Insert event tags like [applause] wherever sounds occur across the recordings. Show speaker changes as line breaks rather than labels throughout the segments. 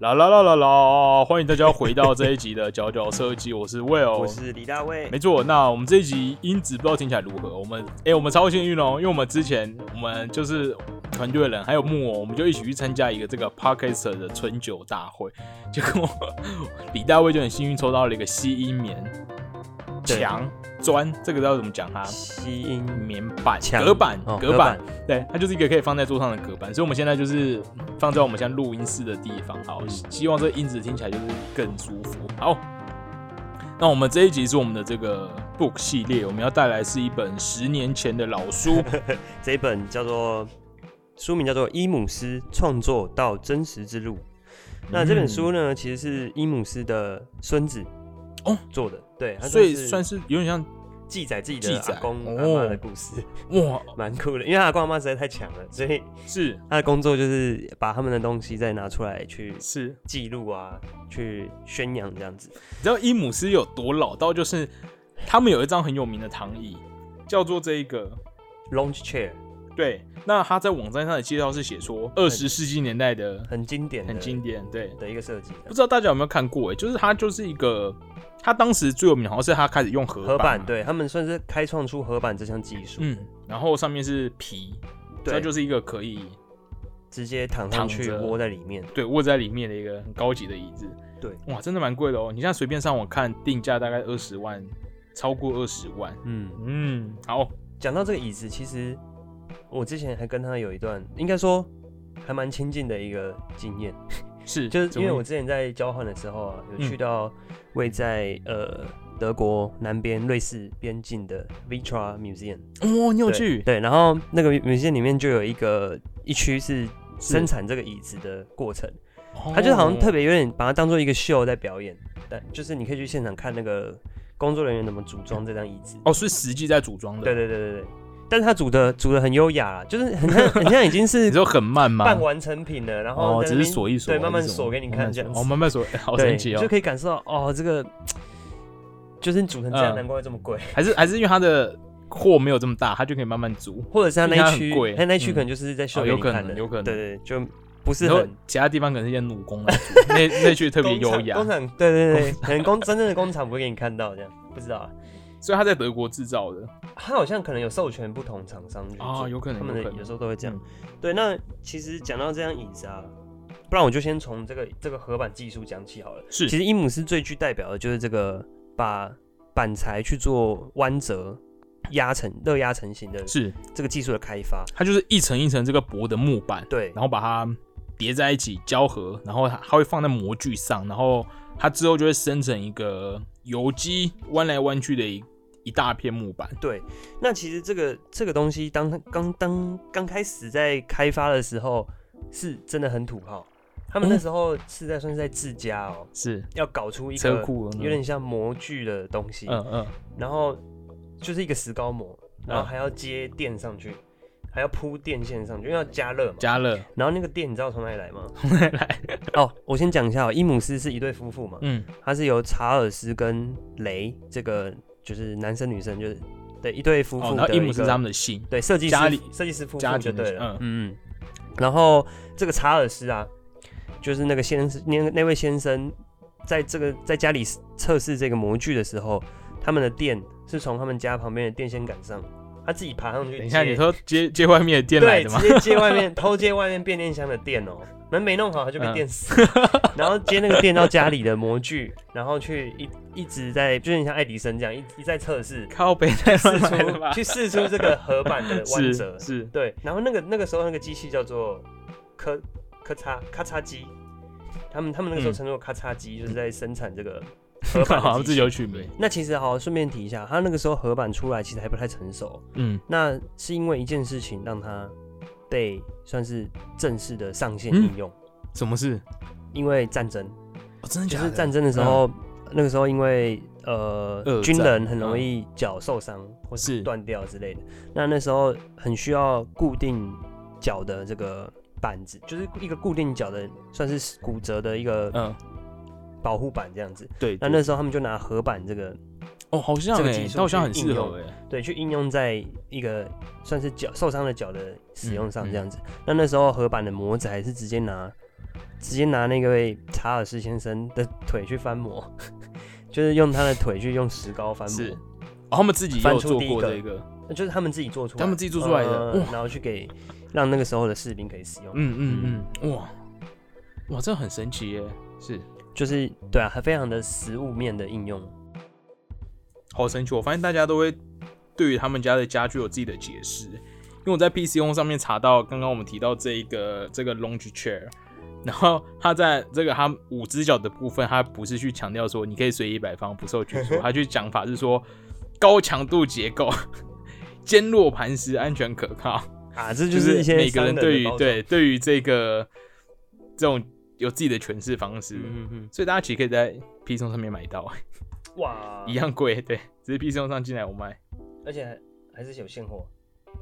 啦啦啦啦啦！欢迎大家回到这一集的《角角设计》，我是 Will，
我是李大卫
哦没。错，那我们这一集音质不知道听起来如何？我们哎、我们超幸运哦，因为我们之前我们就是团队的人，还有木偶，我们就一起去参加一个这个 Podcaster 的春酒大会，结果李大卫就很幸运抽到了一个吸音棉
对
墙砖，这个知道怎么讲啊它？
吸音
棉板、
墙
隔板、
哦
隔
隔
板
板，
对，它就是一个可以放在桌上的隔板，所以我们现在就是放在我们现在录音室的地方，好，
嗯
希望这音质听起来就是更舒服。好，那我们这一集是我们的这个 book 系列，我们要带来是一本十年前的老
[laughs]
书，
这一本叫做书名叫做《伊姆斯创作到真实之路》。那这本
嗯
书呢，其实是伊姆斯的孙子
哦
做的，对，他
所以算
是
是有点像
记载自己
记
的
载
阿公
哦
阿妈的故事，
哇，
蛮酷的。因为他阿公阿妈实在太强了，所以
是
他的工作就是把他们的东西再拿出来去
是，
记录啊，去宣扬这样子。
你知道伊姆斯有多老到就是他们有一张很有名的躺椅，叫做这一个
Launch chair
对，那他在网站上的介绍是写说二十世纪年代的
很经典的，
很经典，对。
的一个设计，
不知道大家有没有看过、欸？就是他就是一个，他当时最有名的好像是他开始用合
合
板
板
嘛，
对他们算是开创出合板这项技术，
嗯，然后上面是皮，它
对，
就是一个可以
直接躺上去
躺着
窝在里面，
对卧在里面的一个很高级的椅子，
对，
哇，真的蛮贵的哦。你现在随便上网看，定价大概二十万，超过二十万，
嗯，
嗯，好，
讲到这个椅子，其实我之前还跟他有一段，应该说还蛮亲近的一个经验，
是，
就是
怎
因
么
为我之前在交换的时候啊，
嗯
有去到位在、呃德国南边瑞士边境的 Vitra Museum，
哦，你有
对
去，
对，然后那个 museum 里面就有一个一区是
是
生产这个椅子的过程。
哦
他就好像特别有点把它当做一个秀在表演，但就是你可以去现场看那个工作人员怎么组装这张椅子。
哦，是实际在组装的，
对，对对对对，但是他组的组的很优雅啦，就是很像很像已经
你
是
说很慢吗？
半完成品了，然后
哦，
在
只
那
是
边
锁一锁，
对，慢
还
慢
是什么
锁给你
慢
看
慢
这
锁
样
哦，
子，
慢慢锁，好
对
神奇哦
就，可以感受到哦这个。就是你组成这样，
嗯
难怪会这么贵。
还是还是因为它的货没有这么大，它就可以慢慢煮。
或者是他那一
因为它很
区
贵，
他那一区
嗯
可能就是在秀
哦
给
有
你
可
看
能
的
有可能
对对，对就不是
然后
很
其他地方可能是一些弩工
[laughs]
来煮，那那句特别优雅哦
工厂，工，厂对对对，可能工真正的工厂不会给你看到这样，不知道啊。
所以它在德国制造的
他好像可能有授权不同厂商去
啊，
做
有可能
他们
有
的
可
有
能嗯
时候都会这样。对，那其实讲到这张椅子啊，不然我就先从这个这个合板技术讲起好了。
是
其实伊姆斯最具代表的就是这个把板材去做弯折、压成热压成型的
是，
这个技术的开发。
它就是一层一层这个薄的木板，
对
然后把它叠在一起胶合，然后它它会放在模具上，然后它之后就会生成一个油机弯来弯去的一一大片木板，
对，那其实这个这个东西当刚当刚开始在开发的时候，是真的很土炮。他们那
嗯
时候是在算是在自家哦，
是
要搞出一
车
个
库的那
有点像模具的东西，
嗯嗯，
然后就是一个石膏模，然后
嗯
还要接电上去，还要铺电线上去，因为要加热嘛。
加热 [laughs]
然后那个电你知道从哪里来吗？
来，
哦，我先讲一下、哦，伊姆斯是一对夫妇嘛，
嗯，
他是由查尔斯跟雷这个就是男生女生就是对一对夫
哦，
妇
然后
的
伊
一
姆斯
个、
是他们的姓，
对设计师
家里
设计师夫
家
妇就
庭的
对
姓
了，
嗯
嗯嗯。然后这个查尔斯啊，就是那个先生那那位先生，在这个在家里测试这个模具的时候，他们的电是从他们家旁边的电线杆上，他自己爬上去接。
等一下，你说接接外面的电来
对，
的
直
吗？
接接外面偷接外面变电箱的电哦、门没弄好他就被电死，
嗯
[laughs] 然后接那个电到家里的模具，然后去一一直在，就很像爱迪生这样，一一再
[laughs]
测试，
靠北太
试
乱来了吧
[laughs] 出？去试出这个合板的
[laughs]
弯
是。
折
是，
对，然后那个那个时候那个机器叫做科科叉咔嚓机，他们他们那个时
嗯
候称作咔嚓机，就是在生产
[laughs]
这个合板
好
的
像
机
自己
器。
有取名。
那其实好，顺便提一下，他那个时候合板出来其实还不太成熟，
嗯
那是因为一件事情让他被算是正式的上线应用，
什么事？
因为战争，
哦，嗯真的
就
假
是
的？
战争的时候，那个时候因为呃
二战
军人很容易脚受伤或
是
是断掉之类的，那那时候很需要固定脚的这个板子，就是一个固定脚的算是骨折的一个
嗯，
保护板这样子。
对。
那
对
那时候他们就拿合板这个
哦，好像
这个
哎
技，术
它好像
去
很
应
适合
用
哎。
对，去应用在一个算是脚受伤的脚的使用上
嗯嗯
这样子。那那时候合板的模子还是直接拿直接拿那个查尔斯先生的腿去翻模， [laughs] 就是用他的腿去用石膏翻模，
是哦，他们自己也有
翻出
做
第一
过
个
这个，
那就是他们自己做出来，
他们自己做出来的
嗯
哇
然后去给让那个时候的士兵可以使用，
嗯嗯嗯，哇哇，这很神奇耶，是
就是对啊，还非常的实物面的应用，
好神奇。我发现大家都会对于他们家的家具有自己的解释，因为我在 PC Home 上面查到，刚刚我们提到这一个这个 lounge chair。然后它在这个它五只脚的部分，它不是去强调说你可以随意摆放不受拘束，它去讲法是说高强度结构、坚若磐石、安全可靠。
啊，这
就是
一些
每个
商
人
的
对于
包装，
对对于这个这种有自己的诠释方式，
嗯嗯
所以大家其实可以在 P 送上面买到，
嗯，哇，
一，样贵，对，只是 P 送上进来我卖。
而且还还是有现货，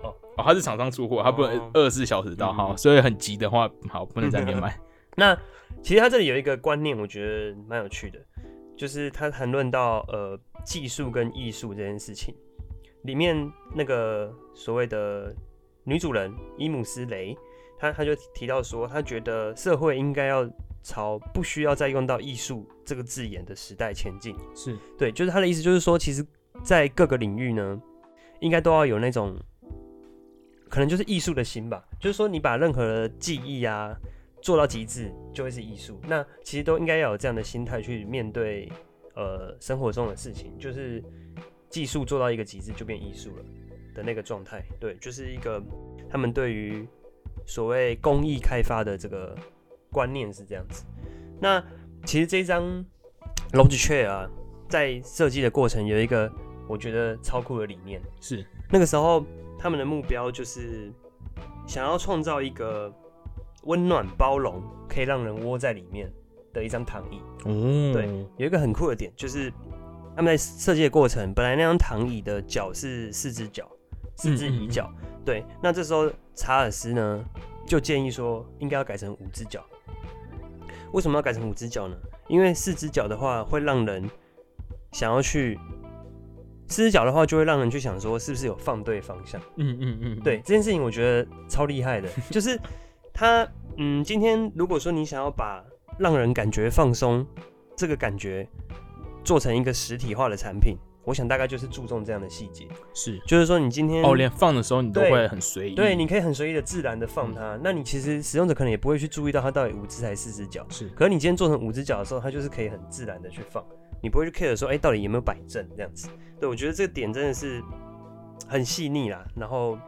哦，它是厂商出货，它不能
哦
二十四小时到，
嗯
好，所以很急的话，好不能在那边买。
那其实他这里有一个观念，我觉得蛮有趣的，就是他谈论到呃技术跟艺术这件事情，里面那个所谓的女主人伊姆斯雷，她她就提到说，她觉得社会应该要朝不需要再用到艺术这个字眼的时代前进。
是
对， [laughs] 就是他的意思，就是说，其实，在各个领域呢，应该都要有那种，可能就是艺术的心吧。就是说，你把任何的技艺啊做到极致，就会是艺术。那其实都应该要有这样的心态去面对，呃，生活中的事情，就是技术做到一个极致就变艺术了的那个状态。对，就是一个他们对于所谓工艺开发的这个观念是这样子。那其实这一张 Lounge Chair 啊，在设计的过程有一个我觉得超酷的理念。
是，
那个时候他们的目标就是想要创造一个温暖包容，可以让人窝在里面的一张躺椅。
哦
对，有一个很酷的点就是他们在设计的过程，本来那张躺椅的脚是四只脚，四只椅脚。对，那这时候查尔斯呢就建议说，应该要改成五只脚。为什么要改成五只脚呢？因为四只脚的话会让人想要去，四只脚的话就会让人去想说，是不是有放对方向？
嗯嗯嗯，
对这件事情，我觉得超厉害的，就是他，嗯，今天如果说你想要把让人感觉放松这个感觉做成一个实体化的产品，我想大概就是注重这样的细节，
是。
就是说你今天
哦，连放的时候你都
对
会很随意，
对，你可以很随意的自然的放它，那你其实使用者可能也不会去注意到它到底五只还是四只脚，
是
可是你今天做成五只脚的时候，它就是可以很自然的去放，你不会去 care 说，哎、到底有没有摆正这样子。对我觉得这个点真的是很细腻啦，然后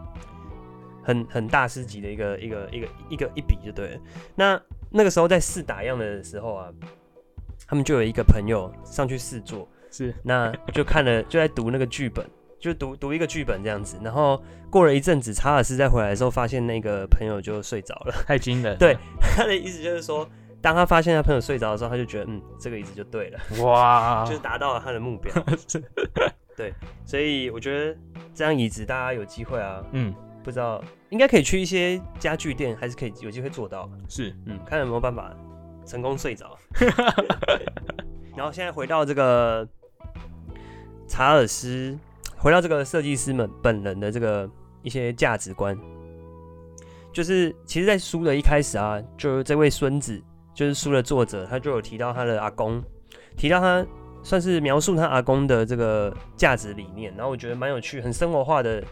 很很大师级的一个一个一个一个一笔就对了。那那个时候在试打样的时候啊，他们就有一个朋友上去试做，
是，
那就看了，就在读那个剧本，就读读一个剧本这样子。然后过了一阵子，查尔斯再回来的时候，发现那个朋友就睡着了。
太惊人了，
对 [laughs] 他的意思就是说，当他发现他朋友睡着的时候，他就觉得嗯，这个椅子就对了，
哇，
就是达到了他的目标。
啊
[laughs]
是
所以我觉得这张椅子大家有机会啊，
嗯
不知道应该可以去一些家具店，还是可以有机会做到，
是，
嗯，看有没有办法成功睡着。 [laughs] 然后现在回到这个查尔斯，回到这个设计师们本人的这个一些价值观，就是其实，在书的一开始啊，就是这位孙子，就是书的作者，他就有提到他的阿公，提到他算是描述他阿公的这个价值理念，然后我觉得蛮有趣、很生活化的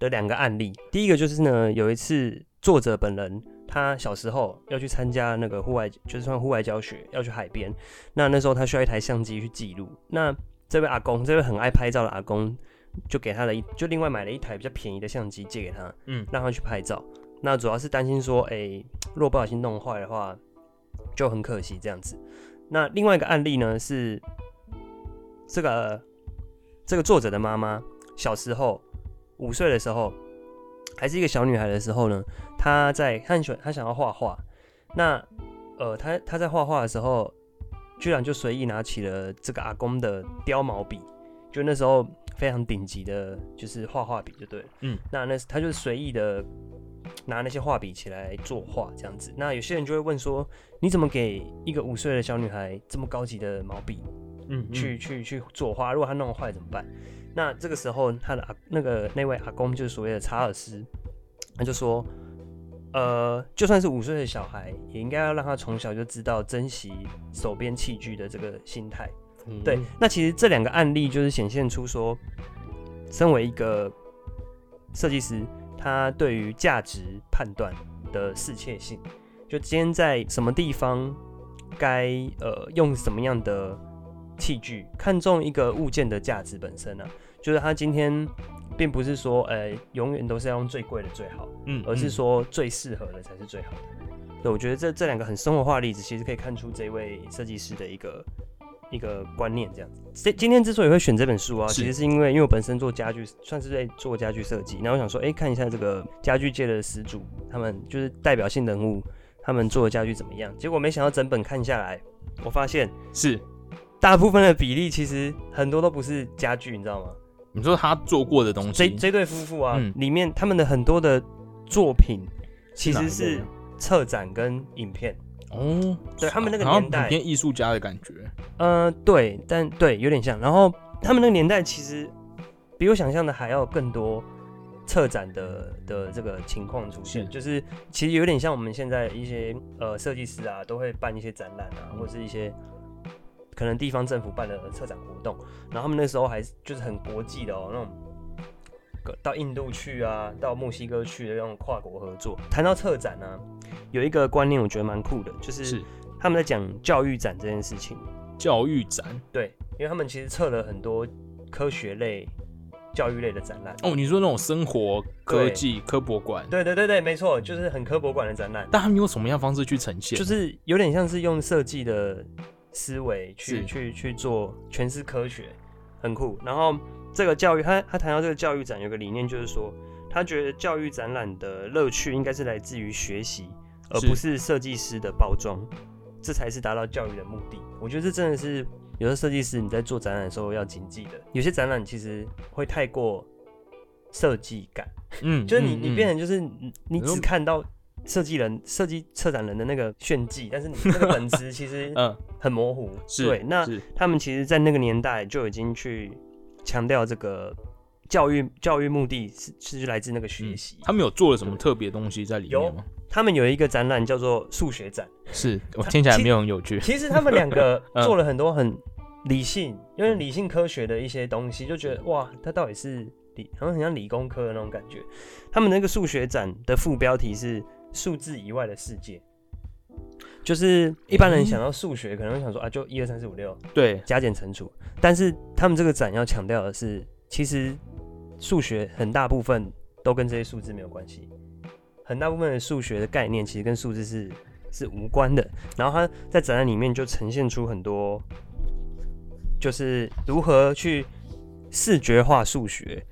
的两个案例。第一个就是呢，有一次作者本人他小时候要去参加那个户外，就是算户外教学，要去海边。那那时候他需要一台相机去记录。那这位阿公，这位很爱拍照的阿公，就给他了一，就另外买了一台比较便宜的相机借给他，
嗯
让他去拍照。那主要是担心说，哎、若不小心弄坏的话，就很可惜这样子。那另外一个案例呢是，这个这个作者的妈妈小时候五岁的时候，还是一个小女孩的时候呢，她在她很喜欢她想要画画，那呃她她在画画的时候，居然就随意拿起了这个阿公的雕毛笔，就那时候非常顶级的，就是画画笔就对了，
嗯，
那那她就随意的。拿那些画笔起来作画，这样子。那有些人就会问说：“你怎么给一个五岁的小女孩这么高级的毛笔？
嗯
去去去做花，如果他弄坏怎么办？那这个时候他的阿那个那位阿公就是所谓的查尔斯，他就说呃，就算是五岁的小孩，也应该要让他从小就知道珍惜手边器具的这个心态。
嗯
对，那其实这两个案例就是显现出说，身为一个设计师，他对于价值判断的适切性，就今天在什么地方该呃用什么样的器具，看重一个物件的价值本身呢、啊，就是他今天并不是说呃永远都是要用最贵的最好，
嗯
而是
嗯
说最适合的才是最好的。对，我觉得这这两个很生活化的例子，其实可以看出这位设计师的一个一个观念这样子。这今天之所以会选这本书啊，
是
其实是因为因为我本身做家具，算是在做家具设计，然后我想说，哎，看一下这个家具界的始祖，他们就是代表性人物，他们做的家具怎么样？结果没想到整本看下来，我发现
是
大部分的比例其实很多都不是家具，你知道吗？
你说他做过的东
这
西，
这对夫妇啊，
嗯
里面他们的很多的作品其
哪
实
一类
是
啊
策展跟影片。
哦，
对他们那个
好像
年代
很偏艺术家的感觉，
呃，对，但对有点像。然后他们那个年代其实比我想象的还要更多策展的的这个情况出现，
是
就是其实有点像我们现在一些呃设计师啊，都会办一些展览啊，或者是一些可能地方政府办的策展活动。然后他们那时候还是就是很国际的哦，那种个到印度去啊，到墨西哥去的那种跨国合作。谈到策展呢、啊有一个观念我觉得蛮酷的，就是
是
他们在讲教育展这件事情。
教育展
对，因为他们其实测了很多科学类、教育类的展览。
哦，你说那种生活科
对
技科博馆，
对对对对，没错，就是很科博馆的展览，
但他们用什么样的方式去呈现？
就是有点像是用设计的思维
是
去去去做全是科学，很酷。然后这个教育，他他谈到这个教育展有个理念，就是说他觉得教育展览的乐趣应该是来自于学习，而
是
不是设计师的包装，这才是达到教育的目的。我觉得这真的是有的设计师你在做展览的时候要谨记的，有些展览其实会太过设计感。
嗯，
就是你，
嗯
你
嗯
变成就是你，你
然后
只看到设计人、设计策展人的那个炫技，但是你那个本质其
[laughs]
实
嗯
很模糊。
是
对，那
是
他们其实，在那个年代就已经去强调这个教育教育目的是是来自那个学习。
嗯他们有做了什么特别东西在里面
有
吗？
他们有一个展览叫做数学展，
是我
他
听起来
其
没有很有趣，
[laughs] 其实他们两个
嗯
做了很多很理性，因为理性科学的一些东西，就觉得哇，它到底是理，好像很像理工科的那种感觉。他们那个数学展的副标题是“数字以外的世界”，就是一般人想到数学，可能会想说啊，就一二三四五六
对，
加减乘除，但是他们这个展要强调的是，其实数学很大部分都跟这些数字没有关系，很大部分的数学的概念其实跟数字是是无关的。然后他在展览里面就呈现出很多，就是如何去视觉化数学，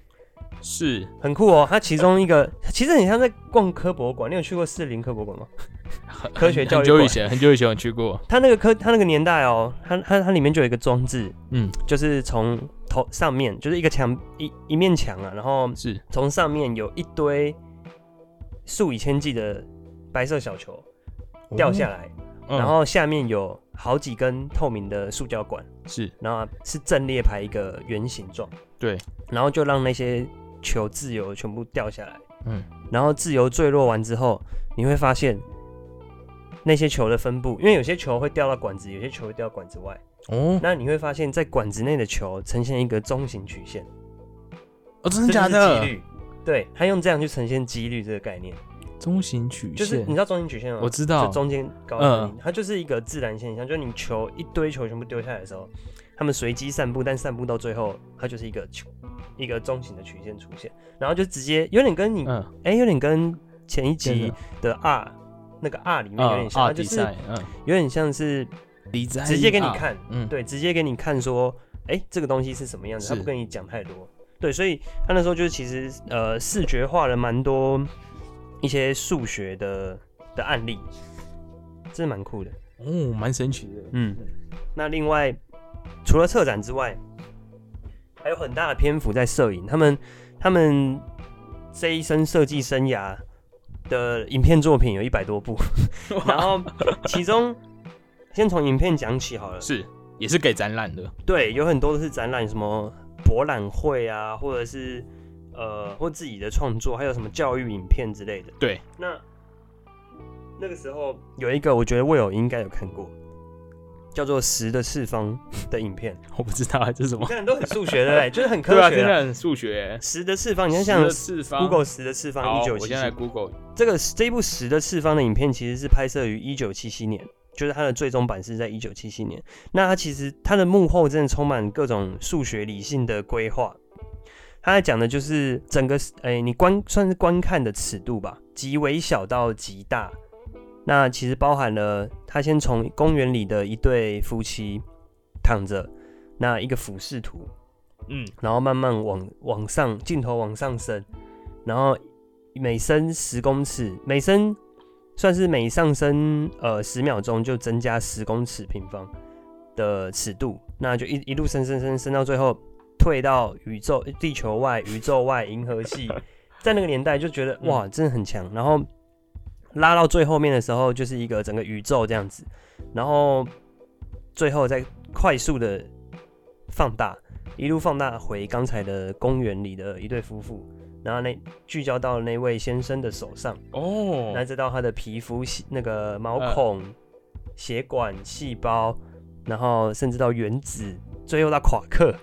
是
很酷哦。它其中一个其实很像在逛科博馆，你有去过士林科博馆吗？
很
科学
很
教育
很久以
馆
前，很久以前我去过，
它那个科，它那个年代哦，它它它里面就有一个装置，
嗯，
就是从头上面就是一个墙一一面墙啊，然后
是
从上面有一堆数以千计的白色小球掉下，来，
哦
然
嗯
后下面有好几根透明的塑胶管，
是
然后是阵列排一个圆形状，
对，
然后就让那些球自由全部掉下来，
嗯，
然后自由坠落完之后，你会发现那些球的分布，因为有些球会掉到管子，有些球会掉到管子外，
哦
那你会发现在管子内的球呈现一个中型曲线，
哦，真的
这就
假
是
的
几？率。对他用这样去呈现几率这个概念，
中型曲线，
就是你知道中型曲线吗？
我知道
就中间高
嗯
低它就是一个自然现象，就是你球一堆球全部丢下来的时候，他们随机散步，但散步到最后，它就是一个球一个中型的曲线出现，然后就直接有点跟你哎、
嗯，
有点跟前一
真
集
的
的 R 那个 R 里面有
嗯
点像，
啊，
它就
比
是
赛，嗯，
有点像是
比赛
直接给你
啊，
看，
嗯，
对，直接给你看说，哎、这个东西是什么样子，
是
他不跟你讲太多。对，所以他那时候就是其实呃视觉化了蛮多一些数学的的案例，这是蛮酷的。
哦，蛮神奇的，
嗯，那另外除了策展之外，还有很大的篇幅在摄影。他们他们这一生设计生涯的影片作品有一百多部， [laughs] 然后其中先从影片讲起好了。
是也是给展览的， [laughs]
对，有很多都是展览，什么博览会啊，或者是呃，或自己的创作，还有什么教育影片之类的。
对，
那那个时候有一个，我觉得魏友应该有看过，叫做《十的次方》的
[laughs]
影片，
我不知道啊这是什
你
么。
看都很数学对不对？ [laughs] 就是很 [laughs] 科
对啊，
学
现
啊。
在很数学欸。
十的次方，你看
十
像
的次方
Google 十的次方
好，
一九
我
七
现在来
七，
Google
这个这一部《十的次方》的影片其实是拍摄于一九七七年，就是它的最终版是在一九七七年。那它其实它的幕后真的充满各种数学理性的规划。它在讲的就是整个，哎、你观算是观看的尺度吧，极微小到极大。那其实包含了他先从公园里的一对夫妻躺着，那一个俯视图，
嗯，
然后慢慢往往上，镜头往上升，然后每升十公尺，每升算是每上升呃十秒钟就增加十公尺平方的尺度，那就一一路升升升升到最后退到宇宙、地球外、宇宙外、银河系，在那个年代就觉得哇，真的很强。然后拉到最后面的时候，就是一个整个宇宙这样子，然后最后再快速的放大，一路放大回刚才的公园里的一对夫妇，然后那聚焦到那位先生的手上，
哦
那，再到他的皮肤、细那个毛
嗯
孔、血管、细胞，然后甚至到原子，最后到夸克，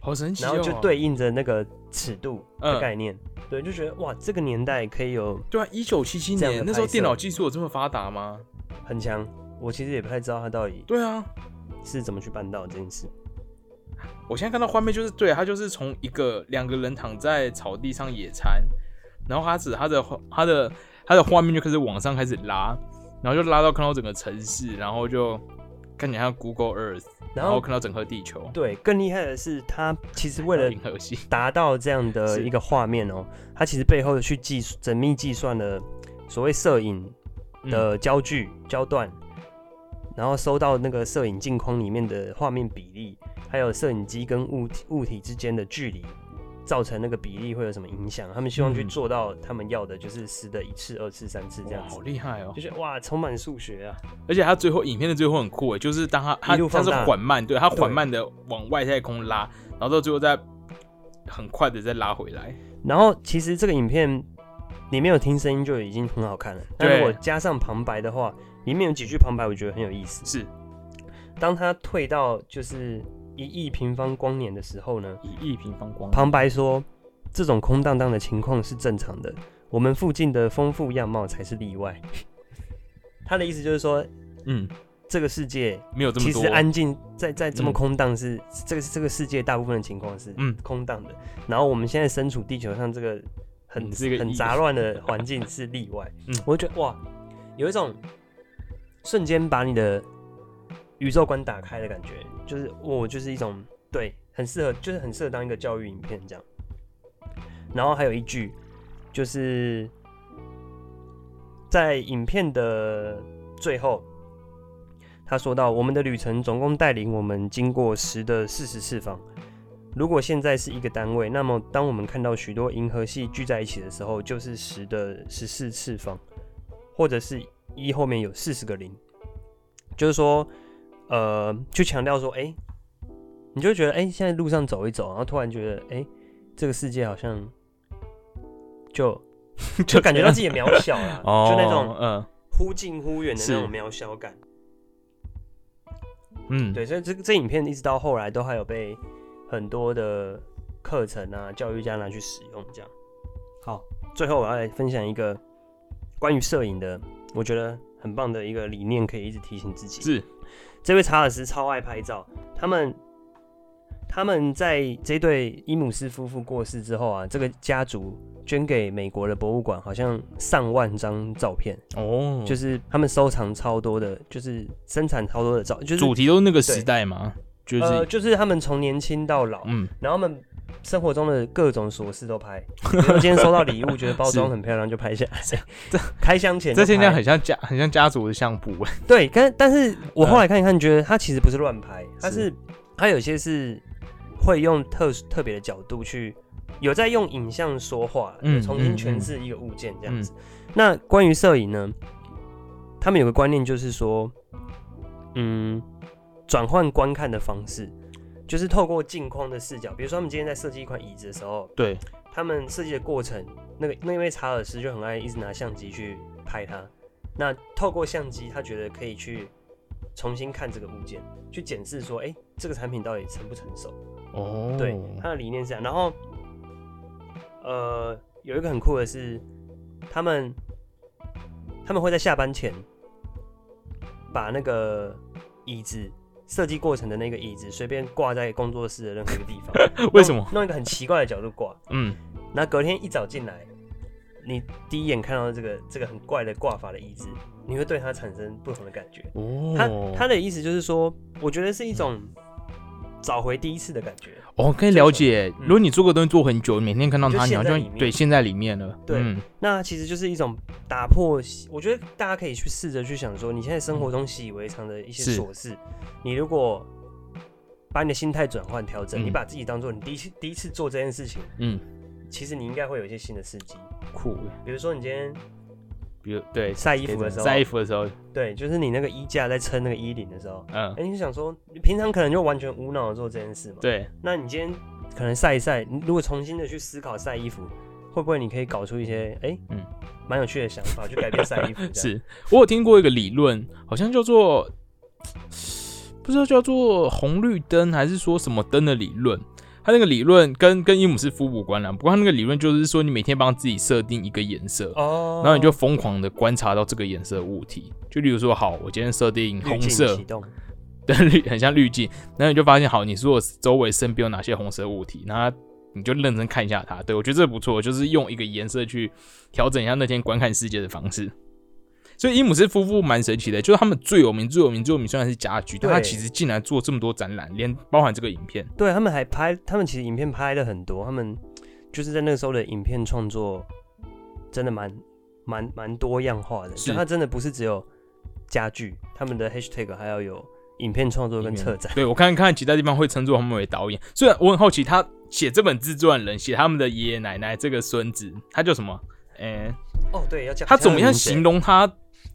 好神奇
然
哦。
后就对应着那个尺度的
嗯
概念，对，就觉得哇，这个年代可以有
对啊，一九七七
这样的
年那时候
拍摄
电脑技术有这么发达吗？
很强。我其实也不太知道他到底
对啊，
是怎么去办到这件事。
我现在看到画面就是对，啊他就是从一个两个人躺在草地上野餐，然后他只他的他的他的画面就开始往上开始拉，然后就拉到看到整个城市，然后就看起来像 Google Earth，
然
然后
后
看到整个地球，
对，更厉害的是，他其实为了
银河系，
达到这样的
是
一个画面哦，它其实背后去计缜密计算了所谓摄影
嗯
的焦距、焦段，然后收到那个摄影镜框里面的画面比例，还有摄影机跟物体物体之间的距离，造成那个比例会有什么影响？他们希望去
嗯
做到他们要的，就是十的一次、二次、三次这
哇，
样子
好，厉害哦！
就是哇，充满数学啊！
而且他最后影片的最后很酷诶，欸就是当他他
一路
他
放
是
大
缓慢，对他
对
缓慢的往外太空拉，然后到最后再很快的再拉回来，
然后其实这个影片你没有听声音就已经很好看了，但
对
如果加上旁白的话，里面有几句旁白我觉得很有意思。
是
当他退到就是一亿平方光年的时候呢，
一亿平方光年，
旁白说这种空荡荡的情况是正常的，我们附近的丰富样貌才是例外。 [laughs] 他的意思就是说，
嗯，
这个世界
没有这么
其
多
实，安静，在在这么
嗯
空荡是、这个这个世界大部分的情况是
嗯
空荡的，然后我们现在身处地球上这个很
嗯是一个 [laughs]
很
意义
杂乱的环境是例外。
嗯
我就觉得哇，有一种瞬间把你的宇宙观打开的感觉，就是我就是一种对，很适合，就是很适合当一个教育影片这样。然后还有一句就是在影片的最后，他说到：“我们的旅程总共带领我们经过十的四十次方。如果现在是一个单位，那么当我们看到许多银河系聚在一起的时候，就是十的十四次方，或者是一后面有四十个零。就是说，呃，去强调说，哎、你就会觉得，哎、现在路上走一走，然后突然觉得，哎、这个世界好像就就感觉到自己很渺小了，
[laughs] 哦，
就那种
嗯
忽近忽远的那
是
种渺小感。
嗯，
对，所以这个这影片一直到后来都还有被很多的课程啊、教育家拿去使用。这样，好，最后我要来分享一个关于摄影的，我觉得很棒的一个理念，可以一直提醒自己。
是
这位查尔斯超爱拍照，他们他们在这对伊姆斯夫妇过世之后啊，这个家族捐给美国的博物馆好像上万张照片，
哦，
就是是他们收藏超多的，就是生产超多的照，就是
主题都是那个时代嘛，就是、
呃，就是他们从年轻到老，
嗯，
然后他们生活中的各种琐事都拍。比如说今天收到
[laughs]
礼物，觉得包装很漂亮，就拍下来。开箱前就
这现
拍，
在很像家很像家族的相簿，
对，但但是我
嗯
后来看一看，觉得他其实不是乱拍，他是他有些是会用特殊特别的角度去，有在用影像说话，
嗯
就重新
嗯
诠
嗯
释一个物件这样子。那关于摄影呢，他们有个观念就是说，嗯，转换观看的方式，就是透过镜框的视角，比如说他们今天在设计一款椅子的时候，
对，，
他们设计的过程，那个那位查尔斯就很爱一直拿相机去拍它，那透过相机，他觉得可以去重新看这个物件，去检视说，哎、这个产品到底成不成熟？
哦，
对，他的理念是这样。然后，呃，有一个很酷的是，他们他们会在下班前把那个椅子设计过程的那个椅子随便挂在工作室的任何一个地方
[laughs] 为什么
弄？弄一个很奇怪的角度挂，
嗯，
那隔天一早进来，你第一眼看到这个这个很怪的挂法的椅子，你会对它产生不同的感觉。
哦，
他他的意思就是说，我觉得是一种找回第一次的感觉。
哦，可以
这
了
种
解。
嗯
如果你做个东西做很久，你每天看到
就
它，你
陷
好
在
像
里面
对陷在里面了。
对
嗯
那其实就是一种打破，我觉得大家可以去试着去想说，你现在生活中习以为常的一些
是
琐事，你如果把你的心态转换调整，
嗯
你把自己当做你第一次第一次做这件事情，
嗯，
其实你应该会有一些新的刺激。
酷，
比如说你今天
比如对
晒衣服的时候，
晒衣服的时候，
对，就是你那个衣架在撑那个衣领的时候，
嗯
哎、，你就想说，你平常可能就完全无脑的做这件事嘛。。
对，
那你今天可能晒一晒，你如果重新的去思考晒衣服，会不会你可以搞出一些哎，
嗯
嗯，蛮有趣的想法去改变晒衣服？这样，
是我有听过一个理论，好像叫做不知道叫做红绿灯还是说什么灯的理论。它那个理论跟跟伊姆斯夫无关啦，不过它那个理论就是说，你每天帮自己设定一个颜色，
哦
然后你就疯狂的观察到这个颜色的物体。就例如说，好，我今天设定
滤
红
镜
色
启，动，
[laughs] 灯绿很像滤镜，然后你就发现，好，你说我周围身边有哪些红色物体，然后你就认真看一下它。对我觉得这不错，就是用一个颜色去调整一下那天观看世界的方式。所以伊姆斯夫妇蛮神奇的，就是他们最有名、最有名、最有名虽然是家居，但他
对
其实竟然做这么多展览，连包含这个影片。
对他们还拍，他们其实影片拍了很多，他们就是在那个时候的影片创作真的蛮蛮蛮多样化的，
是
就它真的不是只有家具，他们的 hashtag 还要有影片创作跟策展。
对我看看其他地方会称作他们为导演，虽然我很好奇他写这本自传的人写他们的爷爷奶奶这个孙子，他叫什么？诶、
哦，对，要讲
他怎么样形
容？
容他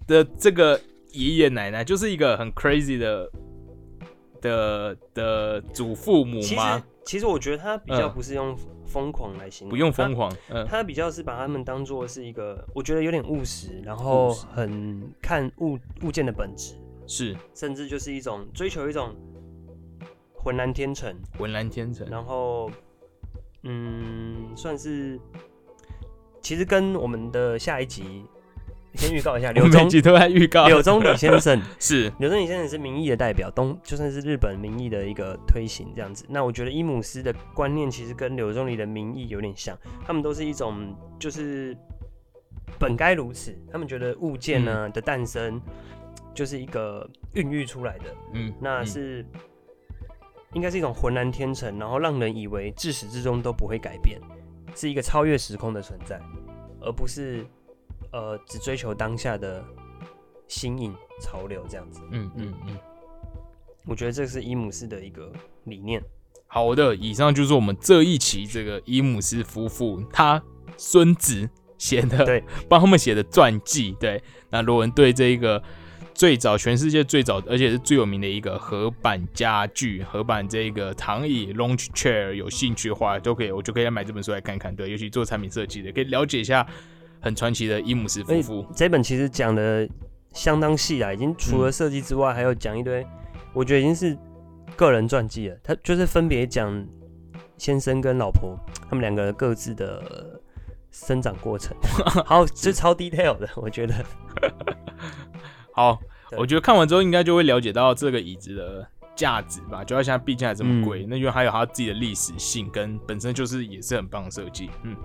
的这个爷爷奶奶，就是一个很 crazy 的的的祖父母
其实
吗？
其实我觉得他比较
嗯
不是用疯狂来形容，
不用疯狂，嗯
他，，他比较是把他们当做是一个，我觉得有点务实，然后
务实
很看物物件的本质，
是
甚至就是一种追求一种浑然天成，
浑然天成，
然后嗯，算是其实跟我们的下一集先预告一下，
[laughs] 我
柳
们每
宗
集都在预告，
柳宗理先生，
是
柳宗理先生是民意的代表，东就算是日本民意的一个推行这样子。那我觉得伊姆斯的观念其实跟柳宗理的民意有点像，他们都是一种就是本该如此，他们觉得物件呢、的诞生就是一个孕育出来的，
嗯，
那
嗯
是、应该是一种浑然天成，然后让人以为至始至终都不会改变，是一个超越时空的存在，而不是呃只追求当下的新颖潮流这样子。
嗯嗯嗯。
我觉得这是伊姆斯的一个理念。
好的，以上就是我们这一期这个伊姆斯夫妇他孙子写的，
对，
[laughs] 帮他们写的传记。对，那罗文对这一个最早全世界最早而且是最有名的一个合板家具、合板这个躺椅 （lounge chair） 有兴趣的话，都可以，我就可以来买这本书来看看。对，尤其做产品设计的，可以了解一下很传奇的伊姆斯夫妇。
这本其实讲的相当细啦，已经除
嗯
了设计之外，还有讲一堆，我觉得已经是个人传记了。他就是分别讲先生跟老婆他们两个各自的呃生长
[laughs]
过程，好，这超 detail 的，我觉得。
好，
对
我觉得看完之后应该就会了解到这个椅子的价值吧，就它现在毕竟还这么贵，那因为还有它自己的历史性跟本身就是也是很棒的设计，嗯。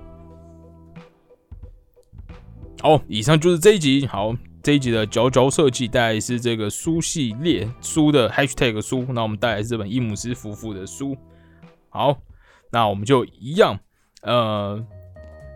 好，以上就是这一集。好，这一集的佼佼设计带来是这个书系列书的 hashtag 书，那我们带来是这本伊姆斯夫妇的书。好，那我们就一样，呃，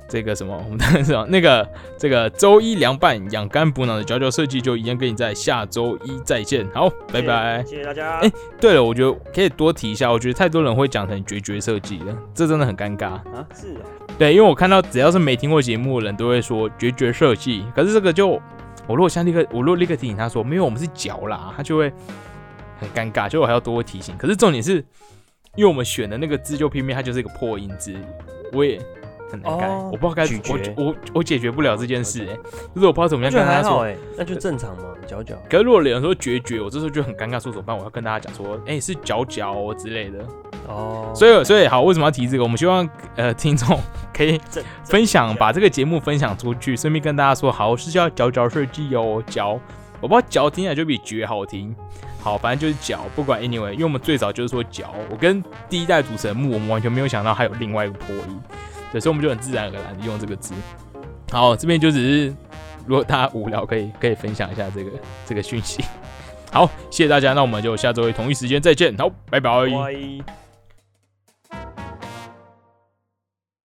这个什么，我们当然是那个这个周一凉拌养肝补脑的佼佼设计就一样跟你在下周一再见。好，拜拜。
谢谢谢谢大家。
哎对了，我觉得可以多提一下，我觉得太多人会讲成决绝设计了，这真的很尴尬。
啊，是哦
对，因为我看到只要是没听过节目的人都会说决绝设计，可是这个就我如果像立刻，我如果立刻提醒他说没有，我们是脚啦，他就会很尴尬，所以我还要多提醒。可是重点是，因为我们选的那个字就偏偏它就是一个破音字，我也很难盖，
哦
我不知道该
咀嚼
我我我解决不了这件事、欸，就是我不知道怎么样
就
跟
还
他
好
说。
哎、那就正常嘛，嚼嚼。
可是如果有人说决绝，我这时候就很尴尬，说怎么办？我要跟大家讲说，哎、是脚脚哦之类的。
哦，
所以，所以好，为什么要提这个？我们希望呃听众 [laughs] 可以
正
分享，把这个节目分享出去，顺便跟大家说，好是叫嚼嚼设计哦，嚼，我不知道嚼听起来就比嚼好听。好，反正就是嚼，不管 anyway，因为我们最早就是说嚼，我跟第一代主持人木，我们完全没有想到还有另外一个破音，对，所以我们就很自然而然的用这个字。好，这边就只是如果大家无聊，可以可以分享一下这个这个讯息。好，谢谢大家，那我们就下周同一时间再见，好，拜拜
乖。